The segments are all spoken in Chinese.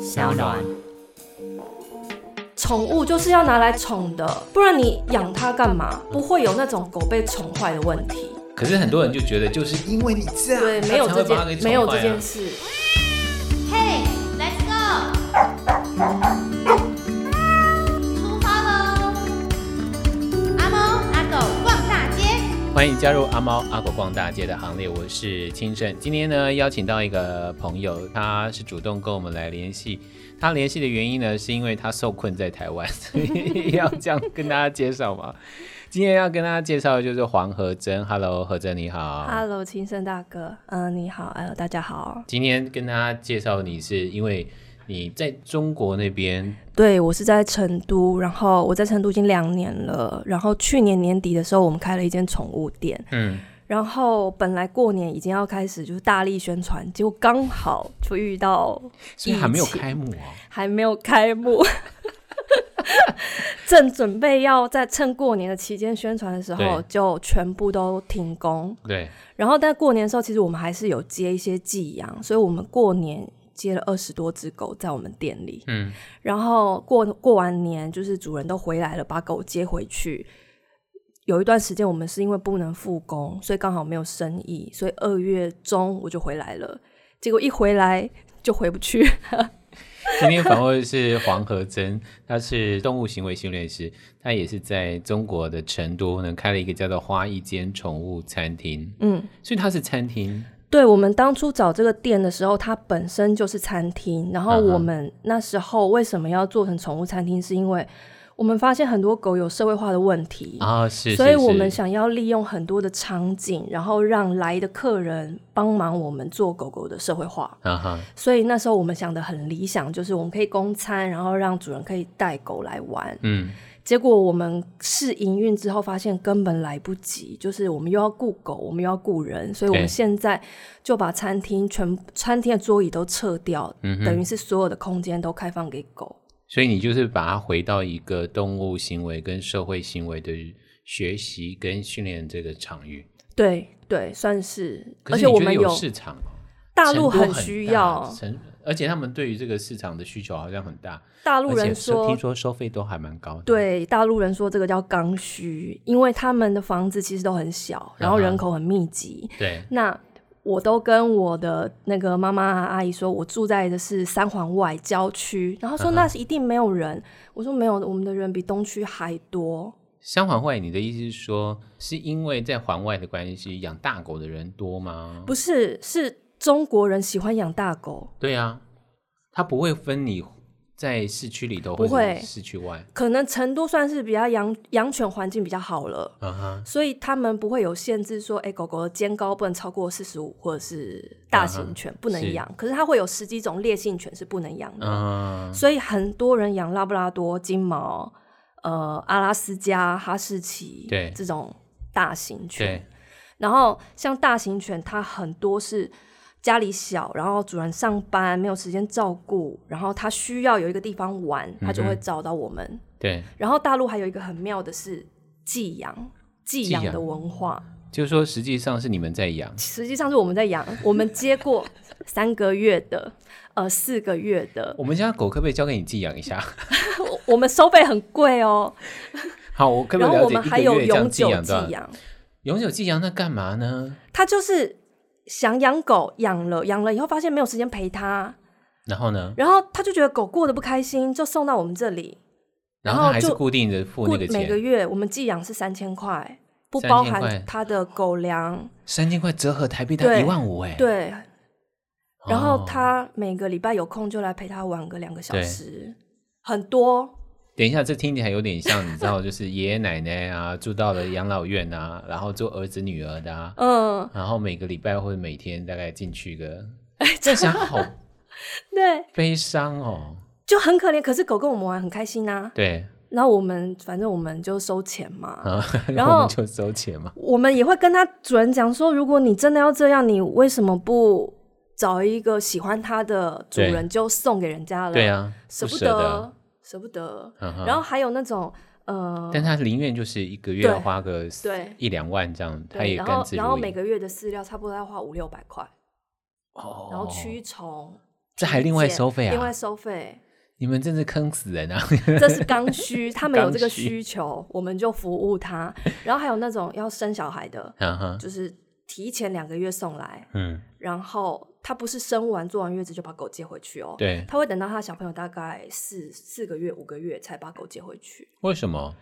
小暖。宠物就是要拿来宠的，不然你养它干嘛？不会有那种狗被宠坏的问题。可是很多人就觉得，就是因为你这样，对，没有他这才会啊把它件给宠没有坏这啊件事。 Hey, let's go！出发喽！阿猫阿狗逛大街，欢迎加入阿猫阿狗逛大街的行列，我是清盛。今天呢，邀请到一个朋友，他是主动跟我们来联系。他联系的原因呢，是因为他受困在台 湾，所以要这样跟大家介绍嘛。今天要跟大家介绍的就是黄和珍，Hello，和珍你好。 Hello，青生大哥，嗯、你好，哎、呦，大家好。今天跟大家介绍你是因为你在中国那边，对我是在成都，然后我在成都已经两年了，然后去年年底的时候，我们开了一间宠物店，嗯，然后本来过年已经要开始就是大力宣传，结果刚好就遇到所以还没有疫情开幕哦。还没有开幕， 正准备要在趁过年的期间宣传的时候对，就全部都停工。对，然后在过年的时候，其实我们还是有接一些寄养，所以我们过年接了二十多只狗在我们店里。嗯，然后过过完年，就是主人都回来了，把狗接回去。有一段时间，我们是因为不能复工，所以刚好没有生意，所以二月中我就回来了。结果一回来就回不去， 今天访问的是黄和珍，她是动物行为训练师，她也是在中国的成都呢开了一个叫做“花一间宠物餐厅嗯。”，所以它是餐厅，对我们当初找这个店的时候，它本身就是餐厅。然后嗯哼我们那时候为什么要做成宠物餐厅，是因为我们发现很多狗有社会化的问题，啊、是，是嗯所以我们是想要利用很多的场景，然后让来的客人帮忙我们做狗狗的社会化。啊哈，所以那时候我们想的很理想，就是我们可以供餐，然后让主人可以带狗来玩。嗯，结果我们试营运之后，发现根本来不及，就是我们又要雇狗，我们又要雇人，所以我对们现在就把餐厅全餐厅的桌椅都撤掉，嗯哼等于是所有的空间都开放给狗。所以你就是把它回到一个动物行为跟社会行为的学习跟训练这个场域，对对，算是，可而是且你我觉得们有市场哦。大陆成都很需大要，成，而且他们对于这个市场的需求好像很大。大而陆且人收说听说收费都还蛮高的。，对大陆人说这个叫刚需，因为他们的房子其实都很小，然后嗯哼人口很密集，对，那我都跟我的那个妈妈啊阿姨说，我住在的是三环外郊区，然后说嗯哼那是一定没有人。我说没有，我们的人比东区还多。相环外，你的意思是说，是因为在环外的关系，养大狗的人多吗？不是，是中国人喜欢养大狗，对啊，它不会分你在市区里头不或者会是市区外。可能成都算是比较养养犬环境比较好了。啊哈，所以他们不会有限制说，哎、狗狗的肩高不能超过四十五，或者是大型犬不嗯是能养。可是它会有十几种烈性犬是不能养的。嗯，所以很多人养拉布拉多、金毛、呃阿拉斯加、哈士奇，对这种大型犬对。，然后像大型犬，它很多是家里小，然后主人上班没有时间照顾，然后它需要有一个地方玩，它就嗯会哼找到我们。对，然后大陆还有一个很妙的是寄养。寄养寄的养文化，就是说实际上是你们在养，实际上是我们在养，我们接过三个月的，呃，四个月的， 我们家狗可不可以交给你寄养一下？我我们收费很贵哦。好，我可不然可以后了我解们一还个有月这样永寄久养寄多少？养，永久寄养那干嘛呢？他就是想养狗，养了养了以后发现没有时间陪它，然后呢？然后他就觉得狗过得不开心，就送到我们这里。然然后后还是就固定的付过那个每个钱，月我们寄养是三千块，不3000包块含它的狗粮。三千块折合台币大概对一万五哎。对，哦，然后他每个礼拜有空就来陪它玩个两个小时，很多。等一下，这听起来有点像，你知道，就是爷爷奶奶啊，住到了养老院啊，然后做儿子女儿的啊，嗯，然后每个礼拜或者每天大概进 去个，哎这想好对，悲伤哦。就很可怜。可是狗跟我们玩很开心啊。 对，然后我们反正我们就收钱嘛。 啊，然我后们就收钱嘛。我们也会跟他主人讲说，如果你真的要这样，你为什么不找一个喜欢它的主人就送给人家了？对，啊，舍不不舍得得，舍不得。嗯哼然后还有那种呃，但他宁愿就是一个月对要花个对一两万这样，他对，也然甘后之然后如每饴。个月的饲料差不多要花五六百块，哦然后驱虫，这还另外借收费另外啊？收费，你们真是坑死 人啊！ 这是刚需，他们有这个刚需需求，我们就服务 他。然后还有那种要生小孩的，啊哈，就是提前两个月送来，嗯，然后他不是生完坐完月子就把狗接回去哦，对，他会等到他小朋友大概四四个月、五个月才把狗接回去，为什么？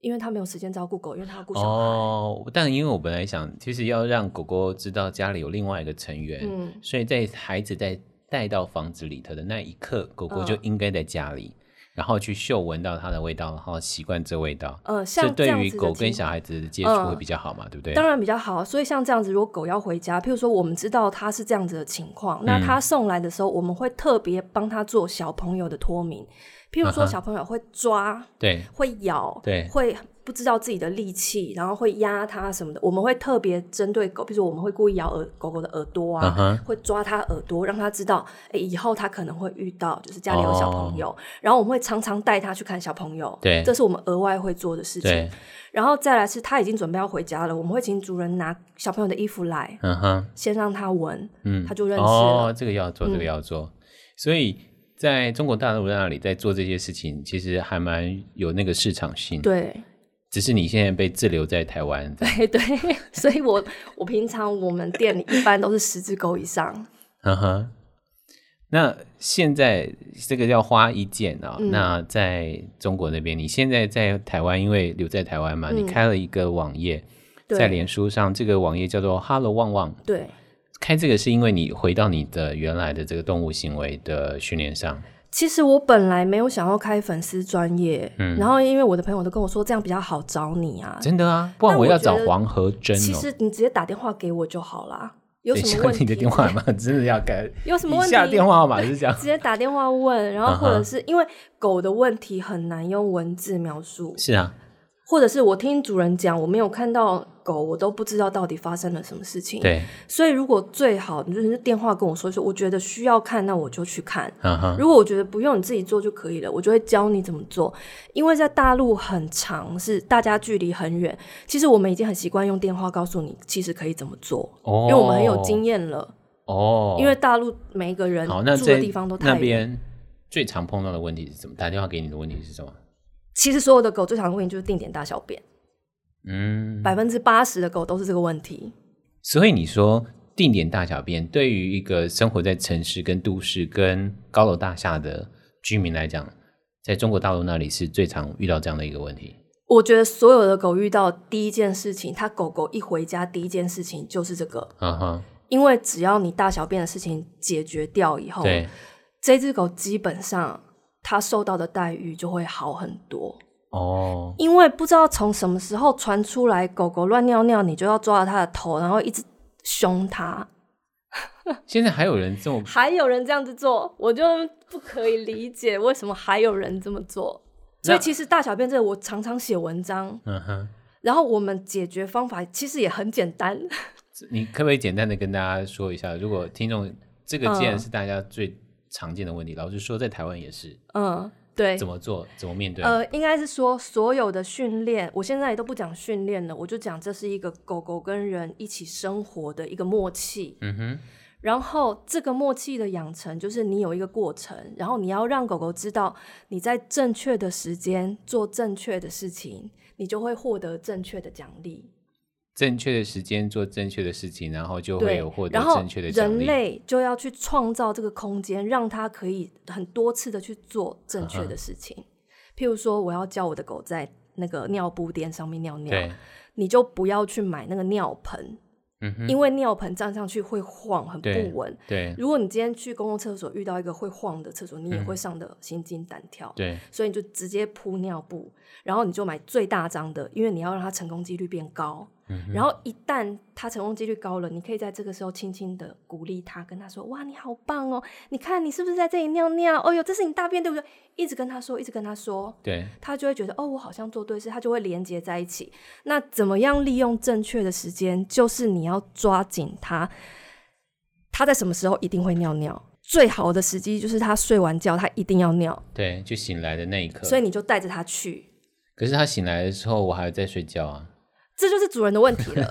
因为他没有时间照顾狗，因为他要顾小孩。哦，但因为我本来想，其实要让狗狗知道家里有另外一个成员，嗯，所以在孩子在带到房子里头的那一刻，狗狗嗯就应该在家里，然后去嗅闻到它的味道，然后习惯这味道。呃，像这对这样于子的狗情跟小况孩子的接触嗯会比较好嘛，对不对？当然比较好。啊所以像这样子，如果狗要回家，譬如说我们知道它是这样子的情况，那嗯它送来的时候，我们会特别帮它做小朋友的脱敏。譬如啊哈说，小朋友会抓、对，会咬、对会不知道自己的力气，然后会压它什么的，我们会特别针对狗，譬如说我们会故意咬耳狗狗的耳朵啊嗯哼，会抓它耳朵，让它知道，哎、以后它可能会遇到，就是家里有小朋友，然后我们会常常带它去看小朋友，哦对这是我们额外会做的事情。对，然后再来是他已经准备要回家了，我们会请主人拿小朋友的衣服来，嗯哼，先让他闻，嗯，他就认识了。哦，这个要做，这个嗯要做。所以在中国大陆那里，在做这些事情，其实还蛮有那个市场性。，对 只是你现在被滞留在台湾，对对，所以我我平常我们店里一般都是十只狗以上，嗯哼，那现在这个要花一件啊、嗯那在中国那边，你现在在台湾，因为留在台湾嘛，嗯你开了一个网页，对在脸书上，这个网页叫做 “Hello 旺旺”。对，开这个是因为你回到你的原来的这个动物行为的训练上，其实我本来没有想要开粉丝专业，嗯然后因为我的朋友都跟我说这样比较好找你啊。真的啊，不然那我我要觉找得黄河真其哦。实你直接打电话给我就好啦，有等一什下么问题？你的电话嘛，真的要改。 有什么问以题？下电话号码是这样，直接打电话问，然后或者是因为狗的问题很难用文字描述，是啊，或者是我听主人讲，我没有看到狗，我都不知道到底发生了什么事情。，对，所以如果最好你就是电话跟我说说，我觉得需要看，那我就去看。嗯哼，如果我觉得不用你自己做就可以了，我就会教你怎么做。因为在大陆很长，是大家距离很远，其实我们已经很习惯用电话告诉你其实可以怎么做，哦，因为我们很有经验了。哦，因为大陆每一个人好，那住这的地方都太远。那边最常碰到的问题是什么？打电话给你的问题是什么？其实所有的狗最常问题就是定点大小便，嗯，百分之八十的狗都是这个问题。所以你说定点大小便对于一个生活在城市、跟都市、跟高楼大厦的居民来讲，在中国大陆那里是最常遇到这样的一个问题。我觉得所有的狗遇到第一件事情，它狗狗一回家第一件事情就是这个，嗯哼，因为只要你大小便的事情解决掉以后，对，这只狗基本上它受到的待遇就会好很多。哦，因为不知道从什么时候传出来狗狗乱尿尿，你就要抓着它的头，然后一直凶它。现在还有人这么还有人这样子做，我就不可以理解为什么还有人这么做。那所以其实大小便这个，我常常写文章，嗯哼，然后我们解决方法其实也很简单。 你可不可以简单的跟大家说一下？如果听众这个既嗯然是大家最常见的问题，老实说，在台湾也是嗯，对怎。么做、怎么面对？啊呃，应该是说所有的训练，我现在也都不讲训练了，我就讲这是一个狗狗跟人一起生活的一个默契。嗯哼，然后这个默契的养成，就是你有一个过程，然后你要让狗狗知道你在正确的时间做正确的事情，你就会获得正确的奖励。正确的时间做正确的事情，然后就会对有获，得然后正确的奖人励。类就要去创造这个空间，让它可以很多次的去做正确的事嗯情。譬如说，我要教我的狗在那个尿布垫上面尿尿对，，你就不要去买那个尿盆，嗯哼，因为尿盆站上去会晃，很对不稳。对如果你今天去公共厕所遇到一个会晃的厕所，你也会上的心惊胆跳。对，所以你就直接铺尿布，然后你就买最大张的，因为你要让它成功几率变高。然后一旦它成功几率高了，你可以在这个时候轻轻的鼓励它，跟它说：“哇，你好棒哦！你看你是不是在这里尿尿？哦呦，这是你大便对不对？”一直跟它说，一直跟它说，对，它就会觉得哦，我好像做对事，它就会连接在一起。那怎么样利用正确的时间？就是你要抓紧它，它在什么时候一定会尿尿。最好的时机就是它睡完觉，它一定要尿。对，就醒来的那一刻。所以你就带着它去，可是他醒来的时候，我还在睡觉啊。 这就是主人的问题了。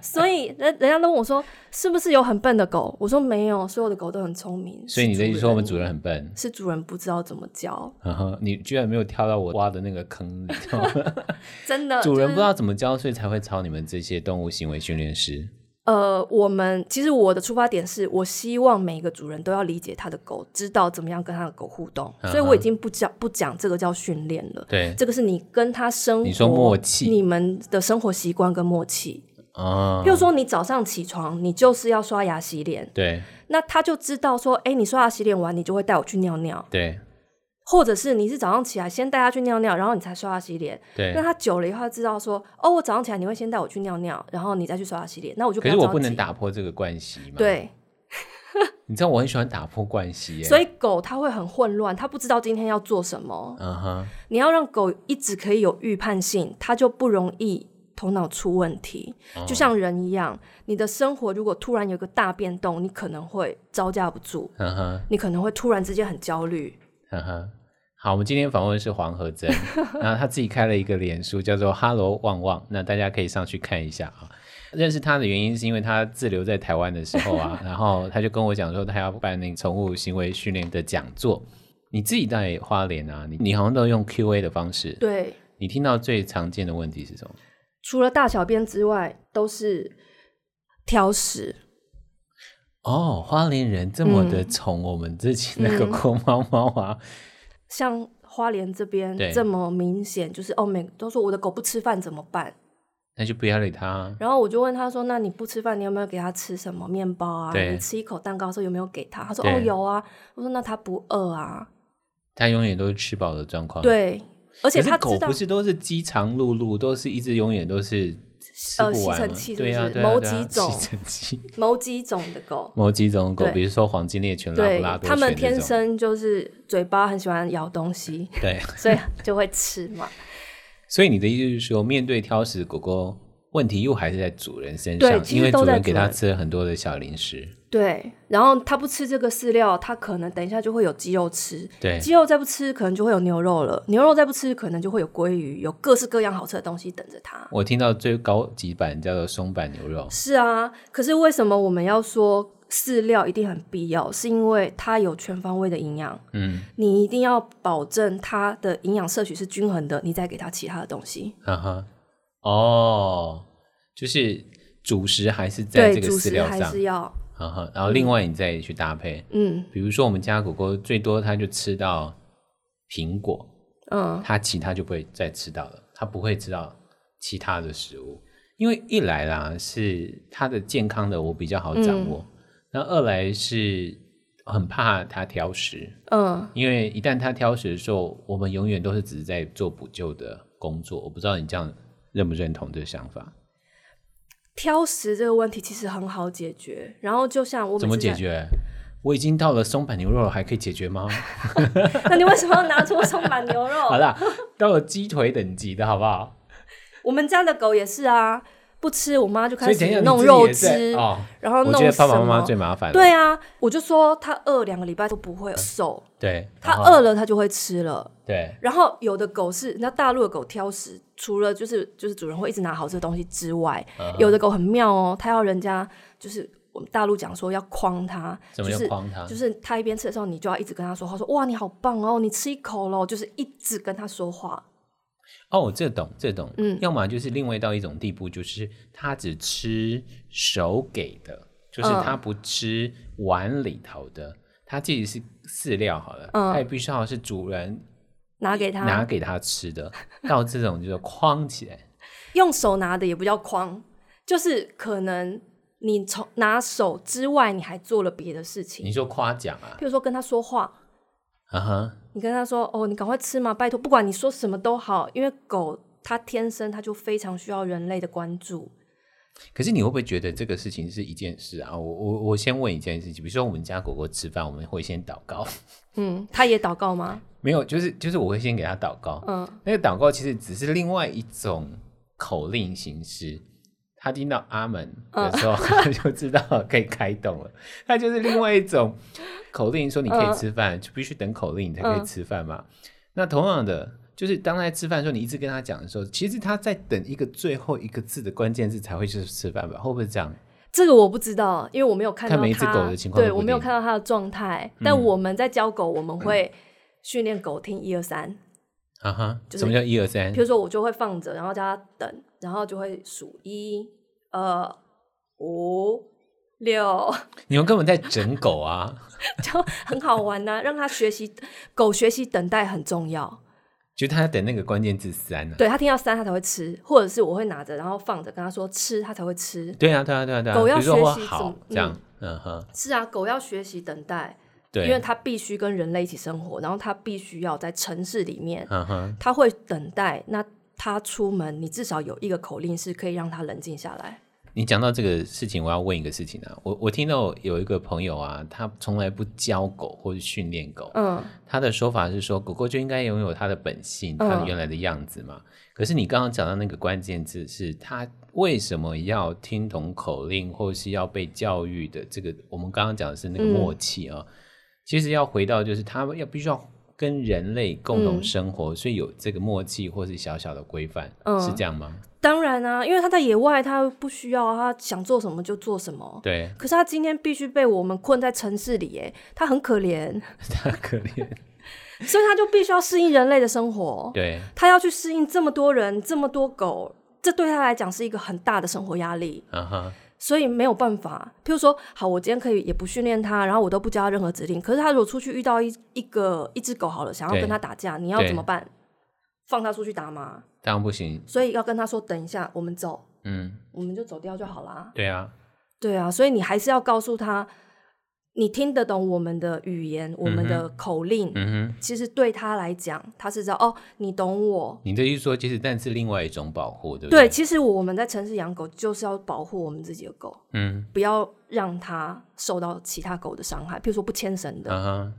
所以人人家都问我说，是不是有很笨的狗？我说没有，所有的狗都很聪明。所以你的意意思说我们主人很笨，是主人不知道怎么教，然后你居然没有跳到我挖的那个坑里， 真的主就人是不知道怎么教，所以才会找你们这些动物行为训练师。呃，我们其实我的出发点是我希望每一个主人都要理解他的狗，知道怎么样跟他的狗互动，所以我已经不讲不讲这个叫训练了，嗯对这个是你跟他生活，你说默契你们的生活习惯跟默契。啊譬，如说，你早上起床，你就是要刷牙洗脸，对那他就知道说，哎，你刷牙洗脸完，你就会带我去尿尿，对或者是你是早上起来先带他去尿尿，然后你才刷牙洗脸。对那。他久了以后，他知道说，哦，我早上起来你会先带我去尿尿，然后你再去刷牙洗脸，那我就可要是我着不能急打破这个惯习嘛？，对。你知道我很喜欢打破惯习耶。所以，以狗它会很混乱，它不知道今天要做什么。嗯哼，你要让狗一直可以有预判性，它就不容易头脑出问题。就像人一样，你的生活如果突然有个大变动，你可能会招架不住，嗯哼，你可能会突然之间很焦虑。嗯哼。好，我们今天访问的是黄和 珍，然后他自己开了一个脸书，叫做 “Hello 旺旺”，那大家可以上去看一下啊。认识他的原因是因为他滞留在台湾的时候 啊，然后他就跟我讲说他要办那个宠物行为训练的讲座。你自己在花莲啊，你你好像都用 Q&A 的方式，对，你听到最常见的问题是什么？除了大小便之外，都是挑食。哦，花莲人这么的宠我们自己那个公猫猫啊，像花莲这边对这么明显，就是哦，每都说我的狗不吃饭怎么办？那就不要理它啊。然后我就问他说：“那你不吃饭，你有没有给他吃什么面包啊？对你吃一口蛋糕的时候有没有给他？”他说：“对哦，有啊。”我说：“那他不饿啊它永远都是吃饱的状？”况。，对，而且嗯可他是知狗道不是都是饥肠辘辘，都是一直永远都是吃呃不完吸吗？尘器是不对啊，是对啊某对啊几种吸尘器， 某几种的狗，某几种狗，对比如说黄金猎犬、拉布对拉，多它们犬这天种生就是嘴巴很喜欢咬东西，对。所以就会吃嘛。所以你的意思是说，面对挑食狗狗，问题又还是在主人身对上，其实因为都主在人给主它人吃了很多的小零食。对，然后它不吃这个饲料，它可能等一下就会有鸡肉吃，对鸡肉再不吃，可能就会有牛肉了，牛肉再不吃，可能就会有鲑鱼，有各式各样好吃的东西等着它。我听到最高级版叫做松板 牛肉，是啊，可是为什么我们要说饲料一定很必要？是因为它有全方位的营养，嗯，你一定要保证它的营养摄取是均衡的，你再给它其他的东西。哈啊哈，哦，就是主食还是在对，这个主饲食料还上是，要，哈哈，然后另外你再去搭配，嗯比如说我们家狗狗最多它就吃到苹果，嗯，它其他就不会再吃到了，它不会吃到其他的食物，因为一来啦是它的健康的我比较好掌握，那二来是很怕它挑食，嗯，因为一旦它挑食的时候，我们永远都是只是在做补救的工作。我不知道你这样认不认同这个想法？挑食这个问题其实很好解决。然后就像我每次怎么解在？决？我已经到了松板牛肉了，还可以解决吗？ 那你为什么要拿出松板牛 好肉？啦，到了鸡腿等级的好不好？我们家的狗也是啊，不吃，我妈就所开以等一下始你弄自己肉也在汁，哦，然后我弄觉什么得？爸爸妈妈最麻烦了。对啊，我就说它饿两个礼拜都不会瘦，对，它然后饿了它就会吃了。对然后有的狗是，那大陆的狗挑食，除了就是就是主人会一直拿好吃的东西之外，嗯有的狗很妙哦，它要人家就是我们大陆讲说要框它，怎么就样是框它就是它一边吃的时候，你就要一直跟它说话，说哇你好棒哦，你吃一口喽，就是一直跟它说话。哦，我这懂这懂，嗯要么就是另外到一种地步，就是他只吃手给的，就是嗯他不吃碗里头的，他自己是饲料好了，嗯啊他也必须要是主人拿给它，拿给他吃的，到这种就是框起来，用手拿的也不叫框，就是可能你从拿手之外，你还做了别的事情你，说夸奖啊，譬如说跟它说话，啊哈，你跟他说：“哦，你赶快吃嘛，拜托，不管你说什么都好，因为狗它天生它就非常需要人类的关注。嗯可是你会不会觉得这个事情是一件事啊？我我我先问一件事情，比如说我们家狗狗吃饭，我们会先祷告，嗯，它也祷告吗？没有，就是就是我会先给它祷告，嗯，那个祷告其实只是另外一种口令形式。他听到阿门嗯的时候，他就知道可以开动了。他就是另外一种嗯口令，说你可以吃饭，就必须等口令你才可以吃饭嘛。那同样的，就是当他在吃饭的时候，你一直跟他讲的时候，其实他在等一个最后一个字的关键字才会去吃饭吧？会不会这样？这个我不知道，因为我没有看到看每一只它狗的情况对都不我没有一定嗯看到它的状态。但我们在教狗，我们会训练狗听一二三。啊哈，就是什么叫一二三比？如说，我就会放着，然后叫它等，然后就会数一、二、五、六， 你们根本在整狗啊！ 就很好玩呐、让它学习狗学习等待很重要。就他在等那个关键字三呢、啊。对它听到三，它才会吃，或者是我会拿着，然后放着跟它说吃，它才会吃。对啊，对啊，对啊，对啊。狗要比如说我学习怎好么这样，嗯哼，是啊，狗要学习等待，对，因为它必须跟人类一起生活，然后它必须要在城市里面，嗯哼，它会等待。那它出门，你至少有一个口令是可以让它冷静下来。你讲到这个事情，我要问一个事情啊。我我听到有一个朋友啊，他从来不教狗或者训练狗，嗯，他的说法是说，狗狗就应该拥有它的本性，嗯它原来的样子嘛。可是你刚刚讲到那个关键字是，它为什么要听懂口令，或是要被教育的？这个我们刚刚讲的是那个默契啊、其实要回到就是它要必须要跟人类共同嗯生活，所以有这个默契或是小小的规范，嗯是这样吗？当然啊，因为它在野外，它不需要，啊它想做什么就做什么。对， 可是它今天必须被我们困在城市里，耶，它很可怜，它可怜，所以它就必须要适应人类的生活。 对，它要去适应这么多人、这么多狗，这对它来讲是一个很大的生活压力。啊哈，所以没有办法。譬如说，好，我今天可以也不训练它，然后我都不教它任何指令。可是它如果出去遇到一一个一只狗好了，想要对跟它打架，你要对怎么办？放它出去打吗？当然不行，所以要跟它说，等一下，我们走，嗯，我们就走掉就好啦。对啊，对啊，所以你还是要告诉它，你听得懂我们的语言，我们的口令。嗯哼。其实对它来讲，它是知道哦，你懂我。你的意思说，其实但是另外一种保护，对不对，对？，其实我们在城市养狗就是要保护我们自己的狗。嗯，不要让它受到其他狗的伤害，譬如说不牵绳的，嗯哼，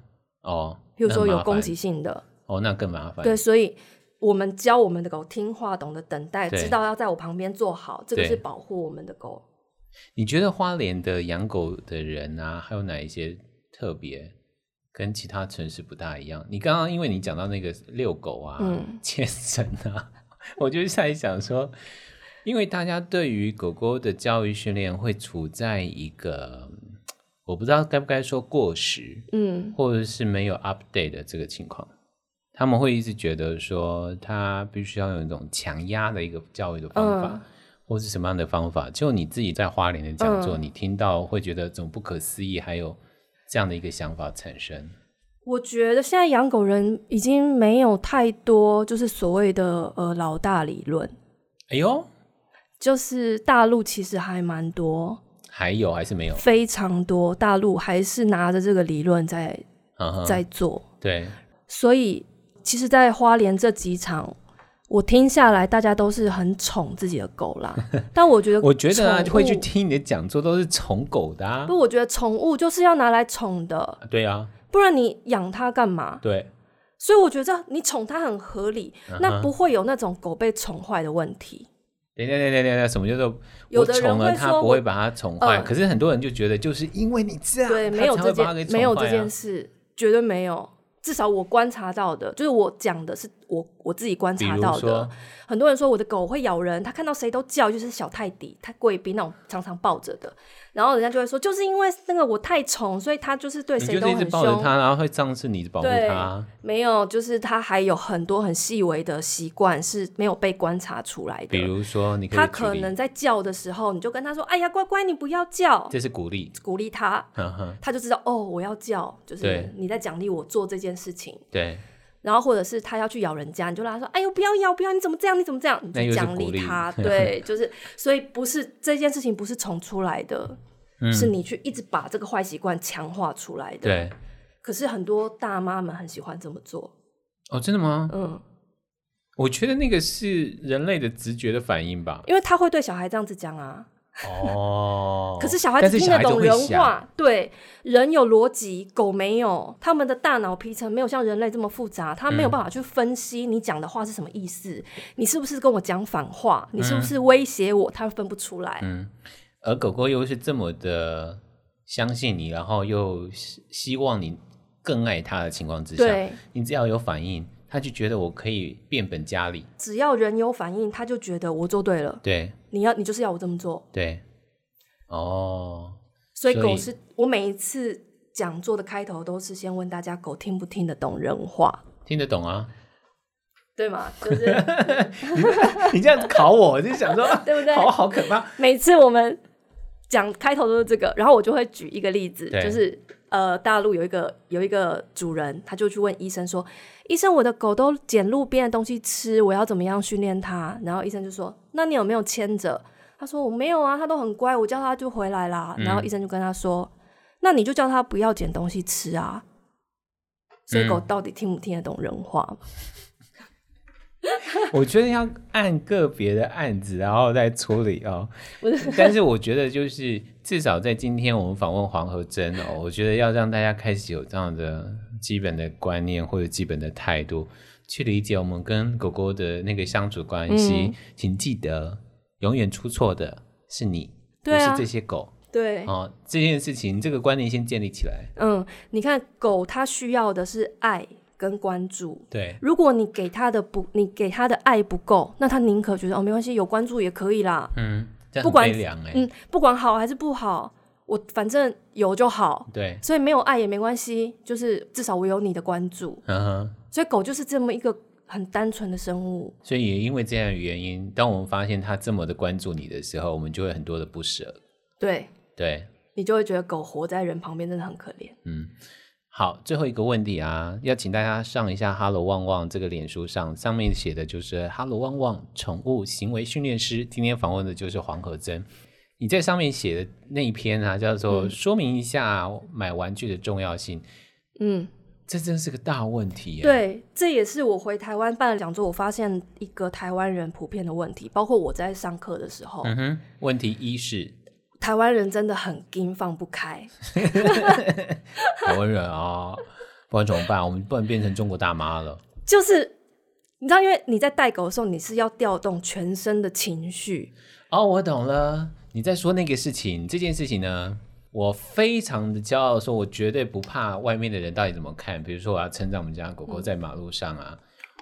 哦，譬如说那有麻攻烦击，性的，哦，那更麻烦。对，所以我们教我们的狗听话，懂得等待，对知道要在我旁边坐好，这个对是保护我们的狗。你觉得花莲的养狗的人啊，还有哪一些特别跟其他城市不大一样？你刚刚因为你讲到那个遛狗啊、嗯牵绳啊， 我就在想说，因为大家对于狗狗的教育训练会处在一个嗯我不知道该不该说过时，嗯或者是没有 update 的这个情况，他们会一直觉得说他必须要有一种强压的一个教育的方法，嗯或是什么样的方法。就你自己在花莲的讲座，嗯你听到会觉得怎么不可思议，还有这样的一个想法产生。我觉得现在养狗人已经没有太多就是所谓的呃老大理论，哎呦，就是大陆其实还蛮多，还有还是没有？非常多，大陆还是拿着这个理论在嗯哼，在做。对，所以其实，在花莲这几场，我听下来，大家都是很宠自己的狗 啦。但我觉得，我觉得啊，会去宠物。听你的讲座都是宠狗的啊。不，我觉得宠物就是要拿来宠的，对啊，不然你养它干嘛？对，所以我觉得你宠它很合理，嗯那不会有那种狗被宠坏的问题。等等等等等等，什么叫做有我的人宠了会他说不我会把他宠坏？嗯可是很多人就觉得就是因为你这样，对，他没有才这会把他件给宠没有坏这啊件事，绝对没有。至少我观察到的，就是我讲的是我我自己观比察如到的说。很多人说我的狗会咬人，它看到谁都叫，就是小泰迪、太贵宾那种常常抱着的。然后人家就会说，就是因为那个我太宠，所以它就是对你谁就都是一直很抱着凶。它，然后会仗势你保护对它。没有，就是它还有很多很细微的习惯是没有被观察出来的。比如说，你可以它举可例能在叫的时候，你就跟它说：“哎呀，乖乖，你不要叫。这是鼓励，”鼓励它，哈哈，他就知道哦，我要叫，就对是你在奖励我做这件事情。对，然后或者是他要去咬人家，你就让他说：“哎呦，不要咬，不要，你怎么这样？你怎么这样？”你那又就是奖鼓励 他。对，就是所以不是这件事情不是宠出来的，是你去一直把这个坏习惯强化出来的。，嗯对，可是很多大妈们很喜欢这么做。哦，真的吗？嗯，我觉得那个是人类的直觉的反应吧。因为他会对小孩这样子讲啊。哦， 可是小孩但子是听小得孩子懂会人想，话，对人有逻辑，狗没有，他们的大脑皮层没有像人类这么复杂，他没嗯有办法去分析你讲的话是什么意思，你是不是跟我讲反话，你是不是威胁我，他分不出来。嗯，而狗狗又是这么的相信你，然后又希希望你更爱它的情况之下，对你只要有反应，他就觉得我可以变本加厉。只要人有反应，他就觉得我做对了，对你要你就是要我这么做。对，哦，所以所狗以是我每一次讲座的开头都是先问大家狗听不听得懂人话，听得懂啊？对吗？就是 你这样子考我，我就想说， 对不对好好可怕。每次我们讲开头都是这个，然后我就会举一个例子，对就是呃，大陆有一个有一个主人，他就去问医生说：“医生，我的狗都捡路边的东西吃，我要怎么样训练它？”然后医生就说：“那你有没有牵着？”他说：“我没有啊，它都很乖，我叫它就回来啦。嗯然后医生就跟他说：“那你就叫它不要捡东西吃啊。”所以狗嗯到底听不听得懂人话？ 我觉得要按个别的案子，然后再处理 哦。但是我觉得就是至少在今天我们访问黄和珍哦，我觉得要让大家开始有这样的基本的观念或者基本的态度，去理解我们跟狗狗的那个相处关系。嗯请记得，永远出错的是你，对啊不是这些狗对，啊哦。这件事情，这个观念先建立起来。嗯，你看狗它需要的是爱跟关注，对，如果你给他的不，你给他的爱不够，那他宁可觉得哦，没关系，有关注也可以啦。嗯，这样不很管悲凉哎、嗯，不管好还是不好，我反正有就好，对，所以没有爱也没关系，就是至少我有你的关注。嗯哼。所以狗就是这么一个很单纯的生物。所以也因为这样的原因，当我们发现他这么的关注你的时候，我们就会很多的不舍。对对，你就会觉得狗活在人旁边真的很可怜。嗯，好，最后一个问题啊，要请大家上一下 “Hello 旺旺”这个脸书上，上面写的就是 “Hello 旺旺宠物行为训练师”。今天访问的就是黄和珍。你在上面写的那一篇啊，叫做“说明一下买玩具的重要性嗯，”，这真是个大问题、欸耶。，对，这也是我回台湾办了讲座，我发现一个台湾人普遍的问题，包括我在上课的时候，嗯哼，问题一是台湾人真的很硬放不开。台湾人啊、不然怎么办？我们不能变成中国大妈了。就是你知道，因为你在带狗的时候，你是要调动全身的情绪，哦，我懂了，你在说那个事情，这件事情呢，我非常的骄傲地说，我绝对不怕外面的人到底怎么看。比如说，我要称赞我们家狗狗嗯在马路上啊，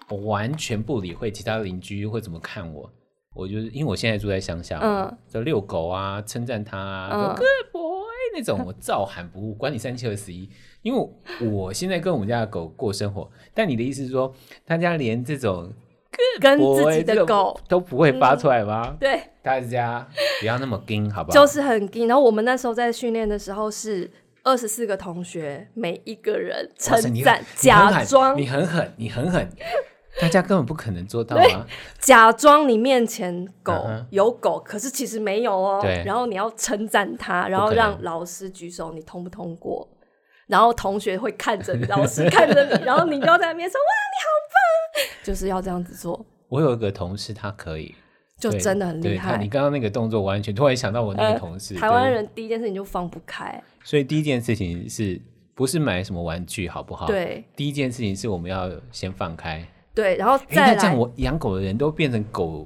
我完全不理会其他邻居会怎么看我。我就是因为我现在住在乡下嘛，嗯就遛狗啊，称赞它啊，嗯说 Good boy 那种，我照喊不误，管你三七二十一。因为我现在跟我们家的狗过生活，但你的意思是说，大家连这种 Good 跟自 boy 己的这种狗嗯 都不会发出来吗？对，大家不要那么硬，好不好？就是很硬。然后我们那时候在训练的时候是。二十四个同学，每一个人哇称塞你赞很，你很假狠装你很狠，你 很狠，大家根本不可能做到啊！假装你面前狗、嗯哼有狗，可是其实没有哦对。然后你要称赞它，然后不可能让老师举手，你通不通过？然后同学会看着你，老师看着 你，然后你就在那边说：“哇，你好棒！”就是要这样子做，我有一个同事，他可以，就对真的很对厉他害。你刚刚那个动作，完全突然想到我那个呃同事，台湾对。人第一件事情就放不开，所以第一件事情是不是买什么玩具，好不好？。对第一件事情是我们要先放开。诶对，然后那再这样来，我养狗的人都变成狗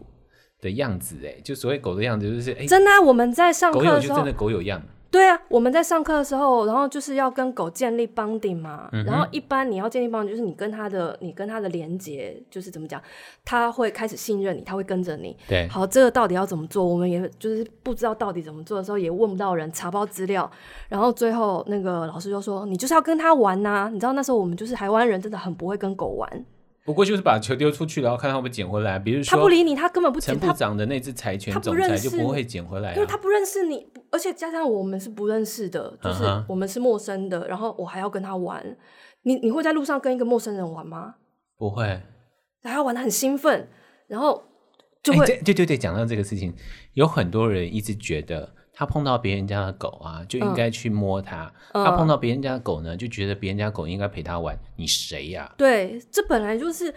的样子，哎，就所谓狗的样子，就是哎，真的啊、我们在上课狗友的就时真候的，狗有样，对啊，我们在上课的时候，然后就是要跟狗建立 bonding 嘛，嗯然后一般你要建立 bonding，就是你跟它的，你跟它的连接，就是怎么讲，它会开始信任你，它会跟着你。对，好，这个到底要怎么做？我们也就是不知道到底怎么做的时候，也问不到人，查不到资料。然后最后那个老师就说：“你就是要跟它玩呐、你知道那时候我们就是台湾人，真的很不会跟狗玩，不过就是把球丢出去，然后看他们捡回来。比如它说，不理你，它根本不陈捡，部它长的那只柴犬他不总认裁就识不会捡回来、啊，因为他不认识你，不而且加上我们是不认识的，就是嗯哼我们是陌生的，然后我还要跟他玩。你你会在路上跟一个陌生人玩吗？不会。大家玩的很兴奋，然后就哎会、对对对对，讲到这个事情，有很多人一直觉得他碰到别人家的狗啊，嗯就应该去摸它；他碰到别人家的狗呢，就觉得别人家狗应该陪他玩。你谁呀、对，这本来就是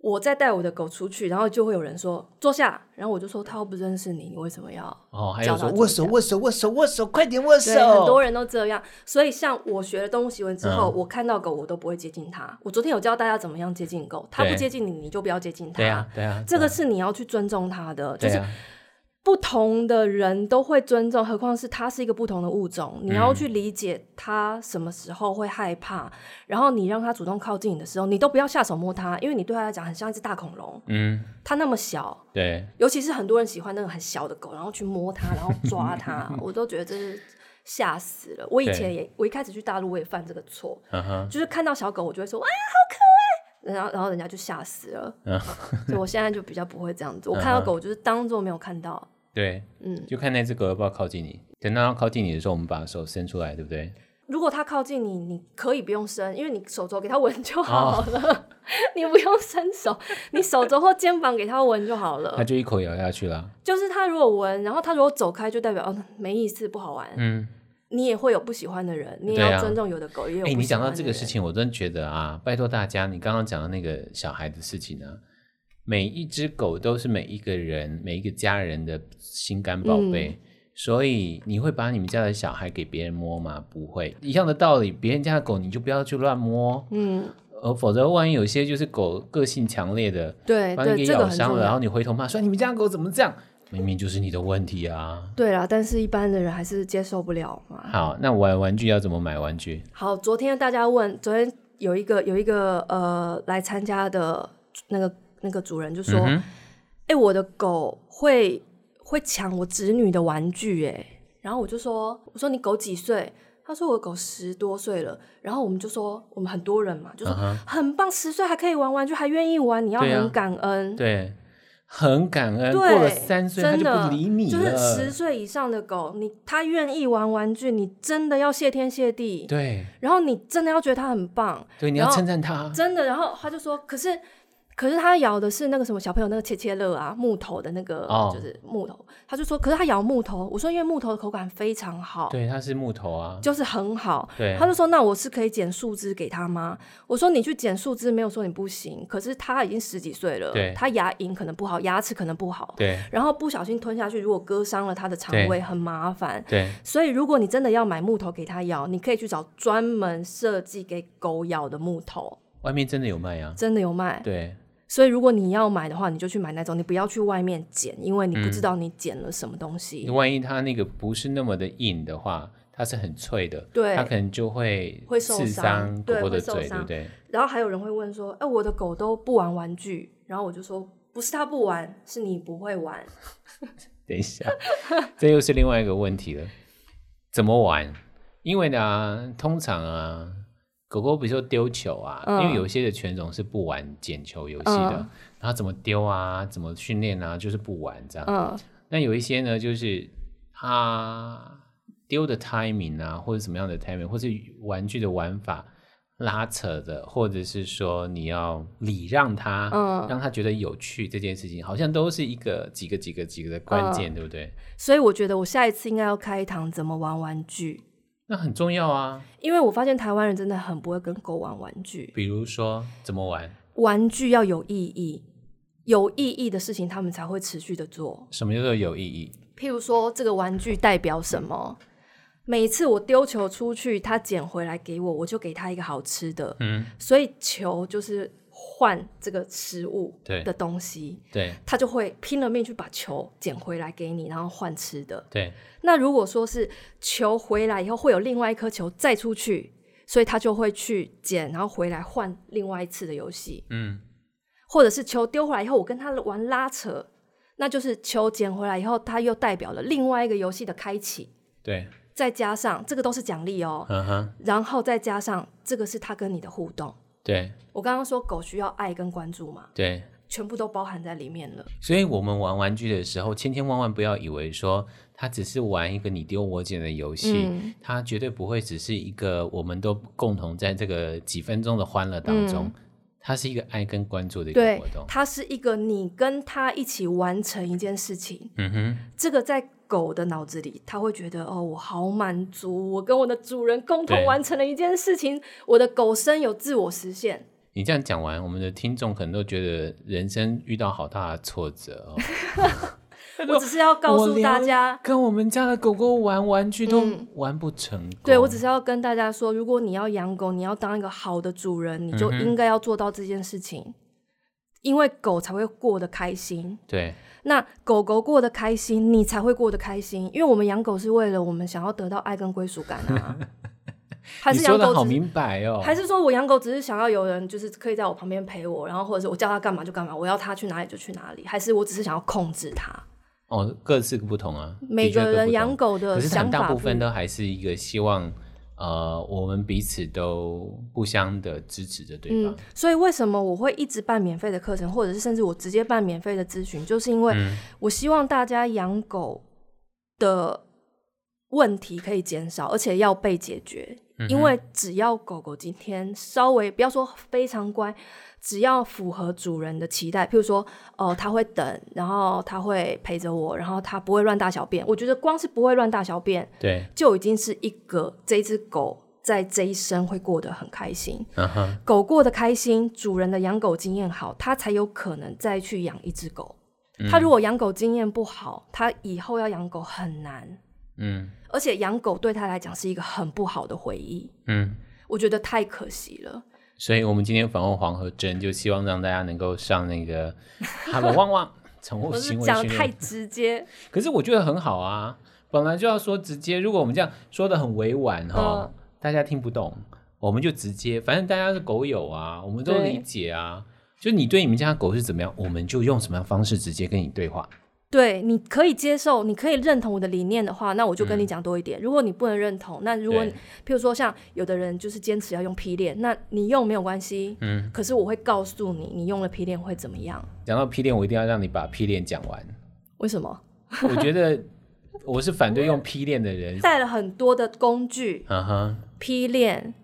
我在带我的狗出去，然后就会有人说坐下，然后我就说他又不认识你，你为什么要？哦，还有叫说他握手坐下握手握手握手，快点握手对，。很多人都这样。所以像我学了动物行为之嗯后，我看到狗我都不会接近它。我昨天有教大家怎么样接近狗，它不对接近你，你就不要接近它。对啊对啊，这个对啊是你要去尊重它的，就对是啊，不同的人都会尊重，何况是它是一个不同的物种，你要嗯去理解它什么时候会害怕，然后你让它主动靠近你的时候，你都不要下手摸它，因为你对它来讲很像一只大恐龙，嗯，它那么小，对，尤其是很多人喜欢那种很小的狗，然后去摸它，然后抓 它，我都觉得这是吓死了。我以对前也，我一开始去大陆我也犯这个错，嗯哼，就是看到小狗我就会说哇好可爱，然后然后人家就吓死了，嗯所以我现在就比较不会这样子，我看到狗就是当做没有看到。对，嗯，就看那只狗要不要靠近你。等到它靠近你的时候，我们把手伸出来，对不对？如果它靠近你，你可以不用伸，因为你手肘给它闻就好哦了， 你不用伸手，你手肘或肩膀给它闻就好它了。就一口咬下去了。就是它如果闻，然后它如果走开，就代表哦没意思，不好玩。嗯，你也会有不喜欢的人，你也对要啊尊重有的狗，也有不喜欢哎、的人。你讲到这个事，情，我真的觉得啊，拜托大家，你刚刚讲的那个小孩的事情啊，每一只狗都是每一个人、每一个家人的心肝宝贝。嗯所以你会把你们家的小孩给别人摸吗？不会，一样的道理，别人家的狗你就不要去乱摸，嗯，呃，否则万一有些就是狗个性强烈的，对把你哎对，给这个咬很伤重了，然要后。你回头骂说你们家的狗怎么这样，明明就是你的问题啊。对啦，但是一般的人还是接受不了嘛。好，那玩玩具要怎么买玩具？好，昨天大家问，昨天有一个有一个呃来参加的那个那个主人就说：“哎、嗯哼我的狗会会抢我侄女的玩具。”哎，然后我就说：“我说你狗几岁？”他说：“我的狗十多岁了。”然后我们就说：“我们很多人嘛，就说、嗯哼很棒，十岁还可以玩玩具，还愿意玩，你要对啊很感恩。对，很感对，恩。过了三岁，他真就的不理你就了。是十岁以上的狗，你它愿意玩玩具，你真的要谢天谢地。对然后你真的要觉得它很棒，对，你然要后称赞他。真的。然后他就说，可是可是他咬的是那个什么小朋友那个切切乐啊，木头的那个、哦就是木头。他就说，可是他咬木头，我说因为木头的口感非常好，对，他是木头啊。就是很好。对他就说：“那我是可以剪树枝给他吗？”我说：“你去剪树枝，没有说你不行。可是他已经十几岁了对，他牙龈可能不好，牙齿可能不好，对然后不小心吞下去，如果割伤了他的肠对胃，很麻烦。对所以，如果你真的要买木头给它咬，你可以去找专门设计给狗咬的木头，外面真的有卖啊。真的有卖。对所以，如果你要买的话，你就去买那种，你不要去外面捡，因为你不知道你捡了什么东西。万一它那个不是那么的硬的话，它是很脆的，对它可能就会会受刺伤伤狗对狗会的受嘴，对伤不对？然后还有人会问说：“哎、我的狗都不玩玩具。”然后我就说：“不是它不玩，是你不会玩。等一下， 这又是另外一个问题了，怎么玩？因为呢，通常啊，狗狗比如说丢球啊，嗯因为有些的犬种是不玩捡球游戏的，嗯然后怎么丢啊，怎么训练啊，就是不玩这”样。嗯，那有一些呢，就是它丢的 timing 啊，或者什么样的 timing，或是玩具的玩法拉扯的，或者是说你要礼让它，嗯让它觉得有趣这件事情，好像都是一个几个几个几个的关键，对不对？所以我觉得我下一次应该要开一堂怎么玩玩具，那很重要啊。因为我发现台湾人真的很不会跟狗玩玩具。比如说怎么玩，玩具要有意义，有意义的事情他们才会持续的做。什么叫做有意义？譬如说，这个玩具代表什么？每次我丢球出去，他捡回来给我，我就给他一个好吃的。嗯，所以球就是换这个食物对的东西，对他就会拼了命去把球捡回来给你，然后换吃的。对，那如果说是球回来以后会有另外一颗球再出去，所以他就会去捡，然后回来换另外一次的游戏。嗯，或者是球丢回来以后，我跟他玩拉扯，那就是球捡回来以后，它又代表了另外一个游戏的开启，对，再加上这个都是奖励哦，嗯哼，然后再加上这个是他跟你的互动。对我刚刚说狗需要爱跟关注嘛，对。全部都包含在里面了。所以我们玩玩具的时候，千千万万不要以为说它只是玩一个你丢我捡的游戏，嗯它绝对不会只是一个我们都共同在这个几分钟的欢乐当中，它是一个爱跟关注的一个嗯对活动，。它是一个你跟他一起完成一件事情，嗯哼，这个在狗的脑子里，它会觉得哦，我好满足，我跟我的主人共同对完成了一件事情，我的狗生有自我实现。你这样讲完，我们的听众可能都觉得人生遇到好大的挫 折哦。我只是要告我诉连大家，跟我们家的狗狗玩玩具都嗯玩不成功，对我只是要跟大家说，嗯如果你要养狗，你要当一个好的主人，你就应该要做到这件事情。因为狗才会过得开心。对，那狗狗过得开心，你才会过得开心，因为我们养狗是为了我们想要得到爱跟归属感 啊。还你是养说的好狗只是，明白哦，还是说我养狗只是想要有人就是可以在我旁边陪我，然后或者是我叫它干嘛就干嘛，我要它去哪里就去哪里，还是我只是想要控制它？哦，各自不同啊，每的确个各人不养同狗的可是想很大法部不一分都还是一个希望，呃，我们彼此都互相的支持着对方嗯。，所以为什么我会一直办免费的课程，或者是甚至我直接办免费的咨询，就是因为我希望大家养狗的问题可以减少，而且要被解决。因为只要狗狗今天稍微不要说非常乖，只要符合主人的期待，譬如说哦、它会等，然后它会陪着我，然后它不会乱大小便。我觉得光是不会乱大小便，对，就已经是一个这只狗在这一生会过得很开心。嗯哼，狗过得开心，主人的养狗经验好，他才有可能再去养一只狗。嗯他如果养狗经验不好，他以后要养狗很难，嗯而且养狗对他来讲是一个很不好的回忆，嗯。我觉得太可惜了。所以我们今天访问黄和珍，就希望让大家能够上那个 Hello 旺 旺宠物我是哦行为讲得训太练。直接，可是我觉得很好啊，本来就要说直接，如果我们这样说的很委婉哈、嗯大家听不懂，我们就直接，反正大家是狗友啊，我们都对理解啊。就你对你们家的狗是怎么样，我们就用什么样的方式直接跟你对话。对，你可以接受，你可以认同我的理念的话，那我就跟你讲多一点。如果你不能认同，那如果嗯对譬如说像有的人就是坚持要用 P 链，那你用没有关系，嗯，可是我会告诉你，你用了 P 链会怎么样？讲到 P 链，我一定要让你把 P 链讲 完。为什么？我觉得我是反对用 P 链 的人。带了很多的工具，嗯哼，披链、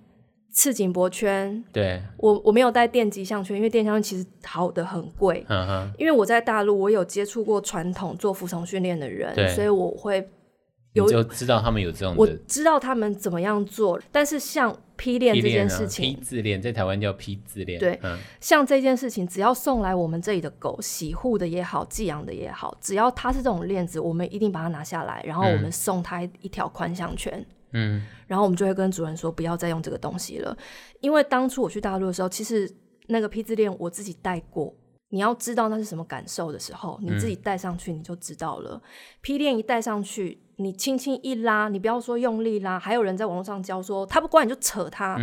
刺颈脖圈。对，我我没有带电极项圈，因为电极项圈其实好的很贵。嗯哼，因为我在大陆，我有接触过传统做服从训练的对人，所以我会你有就知道他们有这种我的知道他们怎么样做。但是像披链 P 这件链啊事，P 情，字链在台湾叫 P 字链。对嗯，像这件事情，只要送来我们这里的狗，洗护的也好，寄养的也好，只要它是这种链子，我们一定把它拿下来，然后我们送它一条宽项圈。嗯，然后我们就会跟主人说不要再用这个东西了，因为当初我去大陆的时候，其实那个 P 字链我自己戴过。你要知道那是什么感受的时候，你自己戴上去你就知道了。P 链一戴上去，你轻轻一拉，你不要说用力拉，还有人在网络上教说他不乖你就扯他。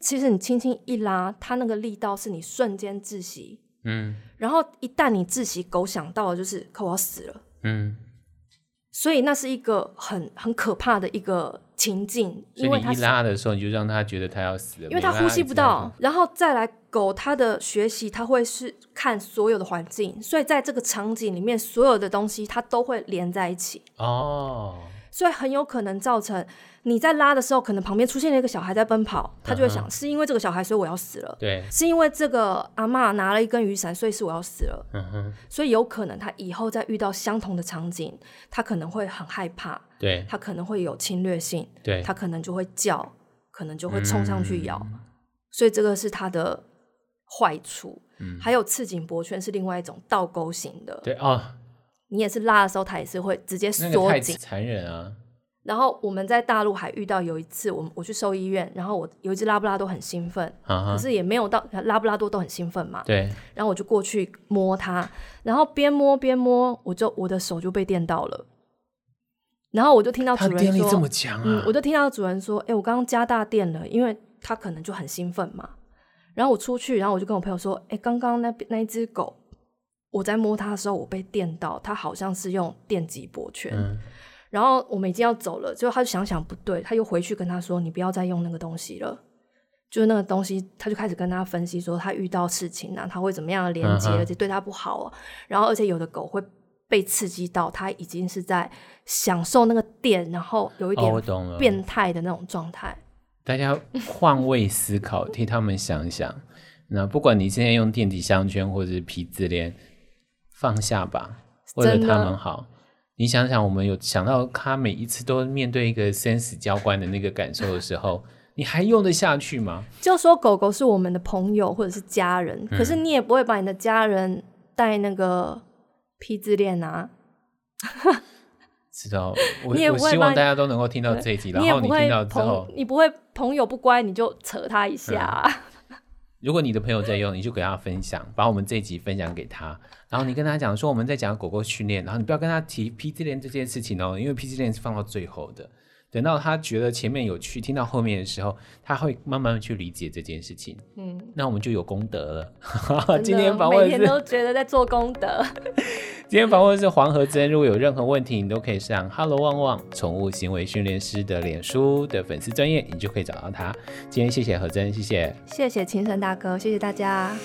其实你轻轻一拉，它那个力道是你瞬间窒息。嗯然后一旦你窒息，狗想到的就是可我要死了，嗯，所以那是一个很很可怕的一个情境，所因为以你它一是拉的时候，你就让他觉得他要死了，因为它它呼吸不到，，嗯然后再来狗，它的学习它会是看所有的环境，所以在这个场景里面，所有的东西它都会连在一起，哦，所以很有可能造成你在拉的时候，可能旁边出现了一个小孩在奔跑，它就会想、嗯是因为这个小孩，所以我要死了。对，是因为这个阿嬷拿了一根雨伞，所以是我要死了，嗯哼，所以有可能它以后再遇到相同的场景，它可能会很害怕，对它可能会有侵略性，对，嗯它可能就会叫，可能就会冲上去咬，所以这个是它的坏处。还有刺颈脖圈是另外一种倒钩型的，嗯对哦，你也是拉的时候，它也是会直接那个缩太紧。残忍啊，然后我们在大陆还遇到有一次，我们我去兽医院，然后我有一只拉布拉多很兴奋，啊可哈，是也没有到拉布拉多都很兴奋嘛，对，然后我就过去摸它，然后边摸边摸，我就我的手就被电到了，然后我就听到它主人电力说这么强嗯啊，，我就听到主人说：“哎、我刚刚加大电了，因为他可能就很兴奋嘛。”然后我出去，然后我就跟我朋友说：“哎、刚刚那边那一只狗，我在摸它的时候，我被电到，它好像是用电击脖圈。嗯然后我们已经要走了，结果他就想想不对，他又回去跟他说：“你不要再用那个东西了。”就是那个东西，他就开始跟他分析说，他遇到事情啊，他会怎么样的连接，嗯嗯而且对他不好、啊。然后，而且有的狗会被刺激到，它已经是在享受那个电，然后有一哦，我点懂了，变态的那种状态。大家换位思考，替他们想一想。那不管你现在用电极项圈或者是皮自链，放下吧，为了真的他们好。你想想，我们有想到他每一次都面对一个生死交关的那个感受的时候，你还用得下去吗？就说狗狗是我们的朋友或者是家人，可嗯是你也不会把你的家人带那个 P 字链啊，知道，我你也我不会希望把大家都能够听到这一集，然也后嗯不听会到之朋后，你不会朋友不乖你就扯他一下啊、如果你的朋友在用，你就给他分享，把我们这一集分享给他，然后你跟他讲说我们在讲狗狗训练，然后你不要跟他提 P G 链这件事情哦，因为 P G 链是放到最后的，等到他觉得前面有趣，听到后面的时候，他会慢慢去理解这件事情，嗯，那我们就有功德了。 真今的天访每问天是都觉得在做功德。 今天访问是黄和珍，如果有任何问题，你都可以上 Hello 旺旺宠物行为训练师的脸书的粉丝专业，你就可以找到他。今天谢谢和珍，谢谢。谢谢情神大哥，谢谢大家。